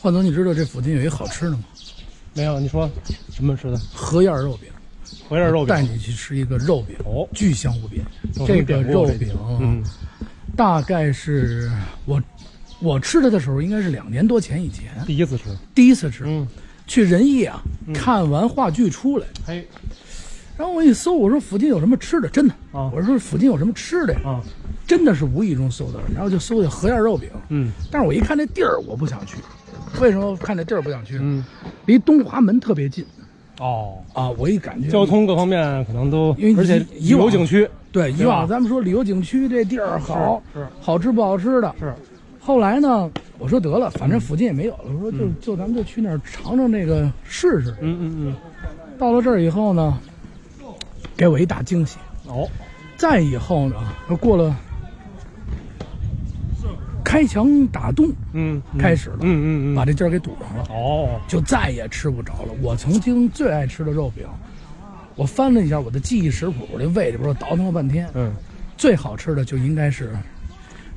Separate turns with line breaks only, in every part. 华总，你知道这附近有一好吃的吗？
没有，你说什么吃的？
河沿肉饼，
回点肉饼
带。你去吃一个肉饼，
哦
巨香无比。
我
这
没
个
点
肉
过
饼，
嗯，
大概是我我吃它的时候，应该是两年多前以前，
第一次吃。
第一次吃，
嗯，
去仁义啊，看完话剧出来，
嘿，
然后我一搜，我说附近有什么吃的，真的，
啊
我说附近有什么吃的呀，
啊，
真的是无意中搜到的，然后就搜的河沿肉饼，
嗯
但是我一看这地儿，我不想去，为什么看这地儿不想去？
嗯，
离东华门特别近
哦，
啊，我一感觉
交通各方面可能都
因为，
而且
以以往
旅游景区
对，以
对吧
往咱们说旅游景区这地儿好，
是是
好吃不好吃的。
是嗯
后来呢，我说得了，反正附近也没有了，我说就就咱们就去那儿尝尝这个试试。
嗯嗯
到了这儿以后呢，给我一大惊喜。
嗯，哦，
再以后呢，又过了开墙打洞
嗯，嗯
开始了，
嗯嗯嗯，
把这家儿给堵上了，
哦，
就再也吃不着了。我曾经最爱吃的肉饼，我翻了一下我的记忆食谱，这胃里边儿倒腾了半天，
嗯，
最好吃的就应该是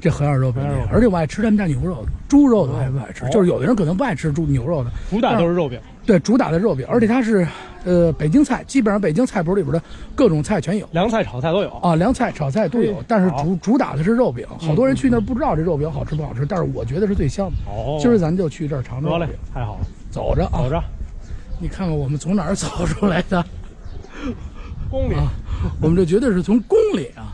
这河沿肉饼
河沿肉，饼
而且我爱吃他们家牛肉的，猪肉的我还不爱吃，
哦
就是有的人可能不爱吃猪牛肉的，
主打都是肉饼。
对，主打的肉饼，而且它是呃北京菜，基本上北京菜谱里边的各种菜全有。
凉菜、炒菜都有。
啊，凉菜、炒菜都有
嘿，
但是
哎好嗯
主主打的是肉饼。好多人去那儿不知道这肉饼好吃不好吃，但是我觉得是最香的。
哦
今儿咱就去这儿尝尝
得
肉
嘞
饼。，
太好了，
走着啊
走，着，
你看看我们从哪儿走出来 的？
宫里
啊我们这绝对是从宫里啊，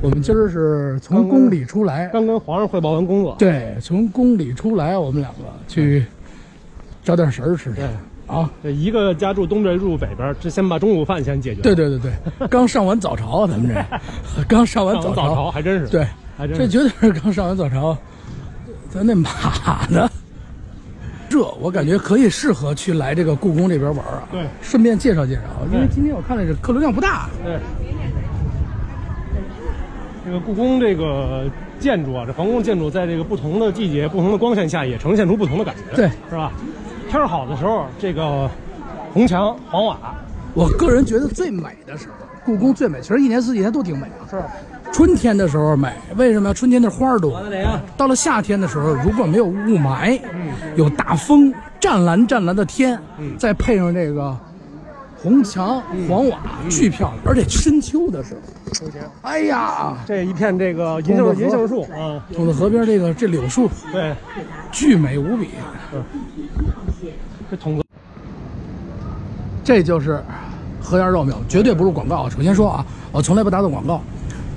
我们今儿是从宫里出来，
刚跟皇上汇报完工作。
对，从宫里出来，我们两个去找点食儿吃吃
嗯对
啊。
对，一个家住东边，一个住北边，这先把中午饭先解决。
对，对对 对，刚上完早朝，咱们这 刚上完
上
早
完早朝还真是。
对，
还真
这
是
绝对是刚上完早朝。咱那马呢？这我感觉可以适合去来这个故宫这边玩啊。
对
顺便介绍介绍，因为
对
今天我看了这客流量不大。
对。这个故宫这个建筑啊，这皇宫建筑在这个不同的季节、不同的光线下，也呈现出不同的感觉，
对，
是吧？天儿好的时候，这个红墙黄瓦
我个人觉得最美的时候，故宫最美，其实一年四季它都挺美啊。
是
春天的时候美，为什么呀？春天的花儿多
完了啊怎样。
到了夏天的时候，如果没有雾霾，
嗯
有大风，湛蓝湛蓝的天，再配上这个红墙黄瓦，巨漂亮。而且深秋的时候，
嗯秋天，
哎呀，
这一片这个银
通
杏
子河
银杏树啊，
筒子河边这个这柳树
对，
巨美无比，啊
这筒子
这就是河沿肉饼，绝对不是广告啊。首先说啊，我从来不打打广告。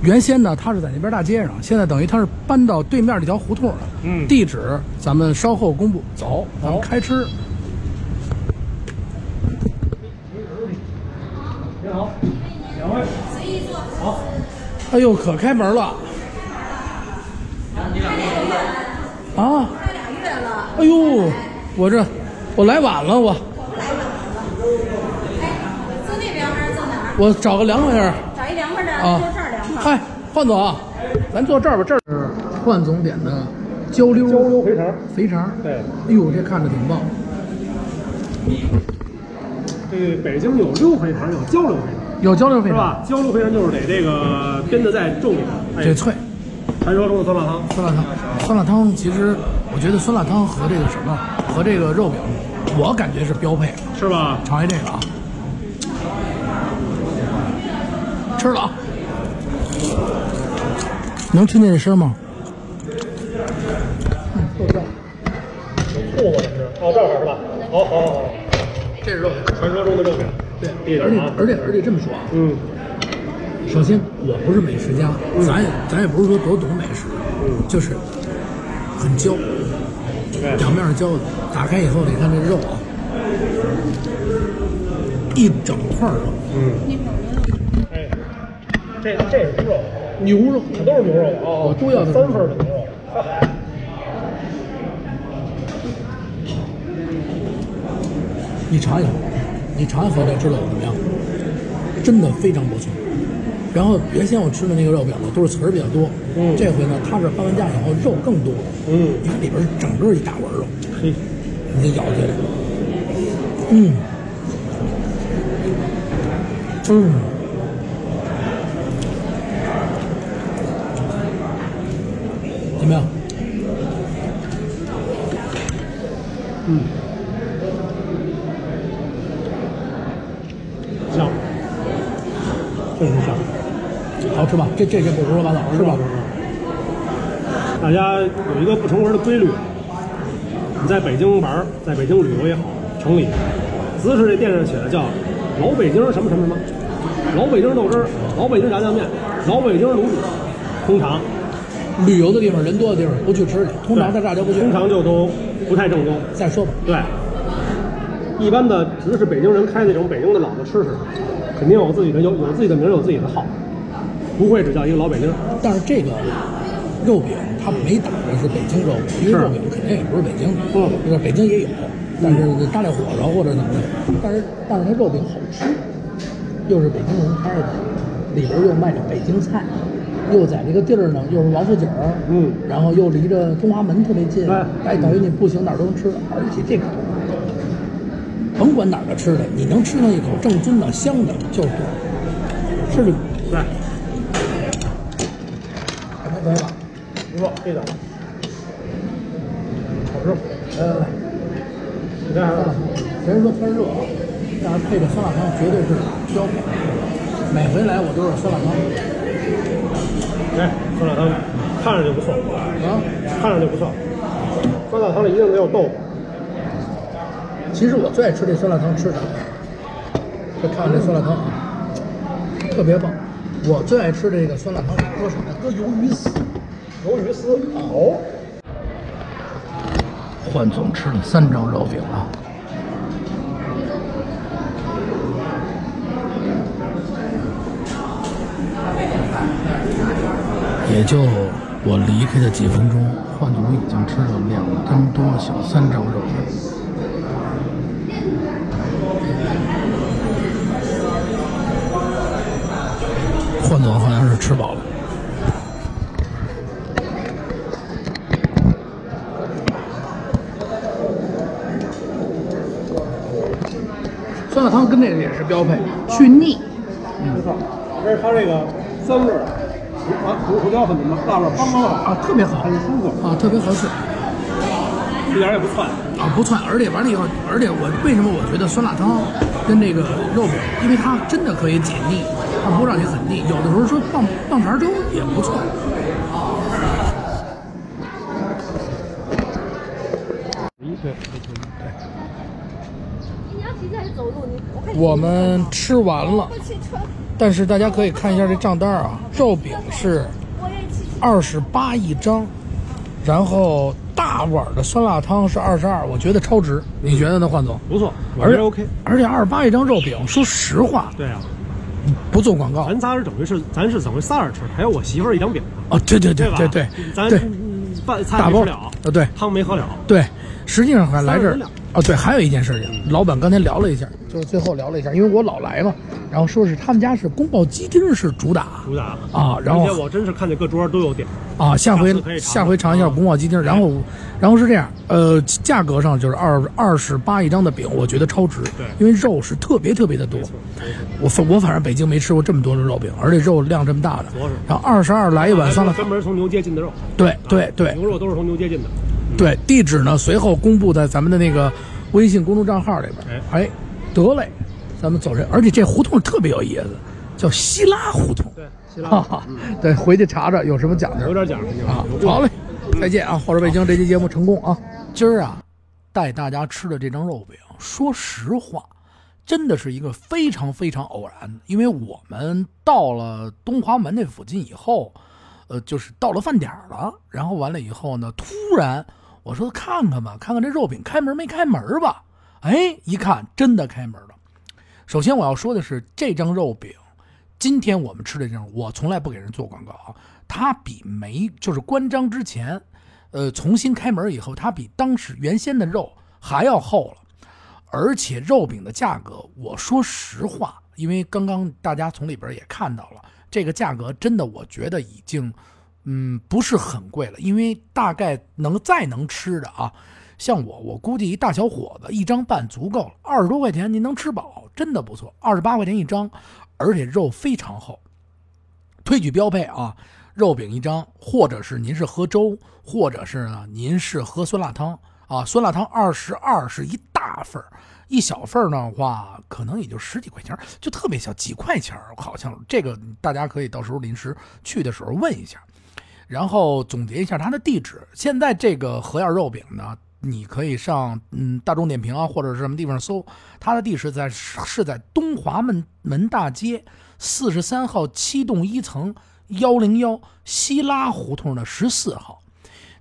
原先呢，它是在那边大街上，现在等于它是搬到对面这条胡同了。
嗯
地址咱们稍后公布。走，咱们开吃。
您好，两位，好，
哎呦，可开门了！啊！哎呦，我这我来晚了，我
坐那边还是坐哪儿？
我找个凉快地儿。
找一凉快的，
啊
坐这儿凉快。
嗨，范总啊，咱坐这儿吧，这儿是范总点的焦溜
交流回肠，
肥肠。
对，
哎呦，这看着挺棒。
这个北京有溜回肠，有交流回肠，
有焦溜肥
是
肠，
吧？交流回肠就是得这个煸的再重一点，哎
得脆。
传说中的酸辣汤，
酸辣
哎
汤，酸辣汤其实我觉得酸辣汤和这个什么和这个肉饼，我感觉是标配。
是吧？
尝一这个啊，吃了啊，能听见这声吗？
嗯霍霍的是，哦，这儿是吧？好好好好，
这是肉饼，
传说中的肉饼，
对，而且而且而且这么说啊，
嗯，
首先，我不是美食家，咱也咱也不是说多懂美食，就是很焦，
嗯对，
表面是焦的。打开以后，你看这肉啊，一整块肉，
哎，这这是猪肉，
牛肉，
这都是牛肉
我
哦，
都要的
三份的牛肉，
你尝一口，你尝一口就知道怎么样，真的非常不错。然后原先我吃的那个肉饼呢，都是词儿比较多，
嗯
这回呢，它是搬完家以后肉更多了，
嗯
你看里边是整个一大碗肉，
嘿，
你得咬下来，嗯，嗯。怎么样？
香，确实香。
好吃吧？这这这不胡说八道是吧？
大家有一个不成文的规律，你在北京玩儿，在北京旅游也好，城里，姿势这店上写的叫“老北京什么什么什么”，老北京豆汁儿，老北京炸酱面，老北京卤煮，通常
旅游的地方人多的地方不去吃去，通常在这儿就不去。
通常就都不太正宗。
再说吧，
对，一般的只是北京人开那种北京的老的吃食，肯定有自己的有有自己的名儿，有自己的号，不会只叫一个老北京。
但是这个肉饼它没打着是北京肉饼，因为
是
肉饼肯定也不是北京的，
嗯
就是北京也有，但是大列火烧或者怎么的，但是但是它肉饼好吃，又是北京人开的，里边又卖着北京菜。又在这个地儿呢，又是王府井儿，
嗯
然后又离着东华门特别近，
哎
哎，等于你步行哪儿都能吃，而且这个甭管哪儿的吃的，你能吃上一口正宗的香的，就是多，是这个，
对，
还能来吧？
不错，这个
好吃，来来来。
你看
当然了别人说天热啊，但是配着酸辣汤绝对是标配。每回来我都是酸辣汤
哎，酸辣汤看着就不错，
啊。
看着就不错。酸辣汤里一定得有豆腐，
其实我最爱吃这酸辣汤吃啥？就看这酸辣汤啊，特别棒。我最爱吃这个酸辣汤搁啥呀？搁鱿鱼丝。
鱿鱼丝哦，
幻总吃了三张肉饼啊。也就我离开的几分钟，幻总已经吃了两根多小三张肉饼。幻总好像是吃饱了。酸辣汤跟这个也是标配，去腻。
没错。而且它这个三味儿啊，啊，不是胡椒粉的吗？辣味儿刚刚好，
啊，特别好
很舒服，
啊，特别合适。
一点儿也不窜。
啊，不窜，而且完了以后，而且我为什么我觉得酸辣汤跟这个肉饼，因为它真的可以解腻，它不让你很腻。有的时候说棒棒碴粥也不错。
一对，
你要骑车还是走路？你我看你
我们吃完了，
会骑车，
但是大家可以看一下这账单啊，肉饼是
我愿意骑车。
二十八一张，然后大碗的酸辣汤是二十二，我觉得超值。你觉得呢，焕总？
不错，我
而
觉
且
得 OK。
而且二十八一张肉饼，说实话，
对啊，
不做广告
咱仨人等于是咱是等于仨人吃，还有我媳妇儿一张饼，
哦，对对对
吧？
对对
咱
对，
嗯饭菜
大
没
包
吃了，
呃对。
汤没喝了，
对，实际上还来这儿
三十两
哦，对，还有一件事情，老板刚才聊了一下，就是最后聊了一下，因为我老来嘛，然后说是他们家是宫保鸡丁是主打
主打
啊，然
而且
后
我真是看见各桌都有点，
啊，下回
下次可以尝嗯
下回尝一下宫保鸡丁，然后然后是这样，呃，价格上就是二二十八一张的饼，我觉得超值，
对
因为肉是特别特别的多，我反我反正北京没吃过这么多的肉饼，而且肉量这么大的
主要是，
然后二十二来一碗酸辣汤
专，门从牛街进的肉，
对对对，
牛肉都是从牛街进的。
对，地址呢随后公布在咱们的那个微信公众账号里边。哎，得嘞，咱们走人。而且这胡同特别有意思，叫希拉胡同。
对，嗯希腊
哈哈，对，回去查查有什么讲究
有。点讲究
啊，好嘞，再见啊！火热北京这期节目成功啊！今儿啊，带大家吃的这张肉饼，说实话，真的是一个非常非常偶然，因为我们到了东华门那附近以后，呃，就是到了饭点儿了，然后完了以后呢，突然我说看看吧，看看这肉饼开门没开门吧？哎，一看真的开门了。首先我要说的是，这张肉饼今天我们吃的这种，我从来不给人做广告啊。它比没就是关张之前，呃，重新开门以后，它比当时原先的肉还要厚了。而且肉饼的价格，我说实话，因为刚刚大家从里边也看到了，这个价格真的我觉得已经，嗯，不是很贵了，因为大概能再能吃的啊，像我，我估计一大小伙子一张半足够了，二十多块钱您能吃饱，真的不错，二十八块钱一张，而且肉非常厚，推举标配啊，肉饼一张，或者是您是喝粥，或者是呢您是喝酸辣汤啊，酸辣汤二十二是一大份儿，一小份儿的话可能也就十几块钱儿，就特别小，几块钱儿，好像这个大家可以到时候临时去的时候问一下。然后总结一下它的地址。现在这个河药肉饼呢，你可以上嗯大众点评啊或者是什么地方搜，它的地址在是在东华门门大街四十三号七栋一层幺零幺西拉胡同的十四号。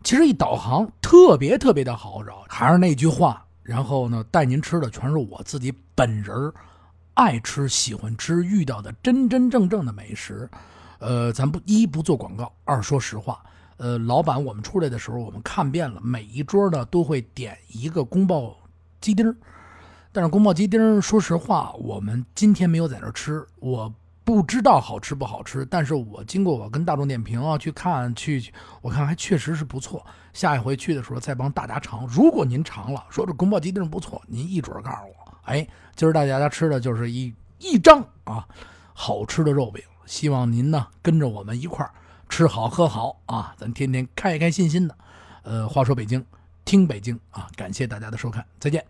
其实一导航特别特别的好找，还是那句话，然后呢带您吃的全是我自己本人儿爱吃、喜欢吃、遇到的真真正正的美食。呃，咱不一不做广告，二说实话，呃，老板，我们出来的时候我们看遍了，每一桌呢都会点一个宫爆鸡丁儿，但是宫爆鸡丁儿，说实话，我们今天没有在这儿吃，我不知道好吃不好吃，但是我经过我跟大众点评啊去看去，我看还确实是不错，下一回去的时候再帮大家尝，如果您尝了，说这宫爆鸡丁儿不错，您一准儿告诉我，哎，今儿大家吃的就是一一张啊好吃的肉饼。希望您呢跟着我们一块儿吃好喝好啊，咱天天开开心心的。呃，话说北京，听北京啊，感谢大家的收看，再见。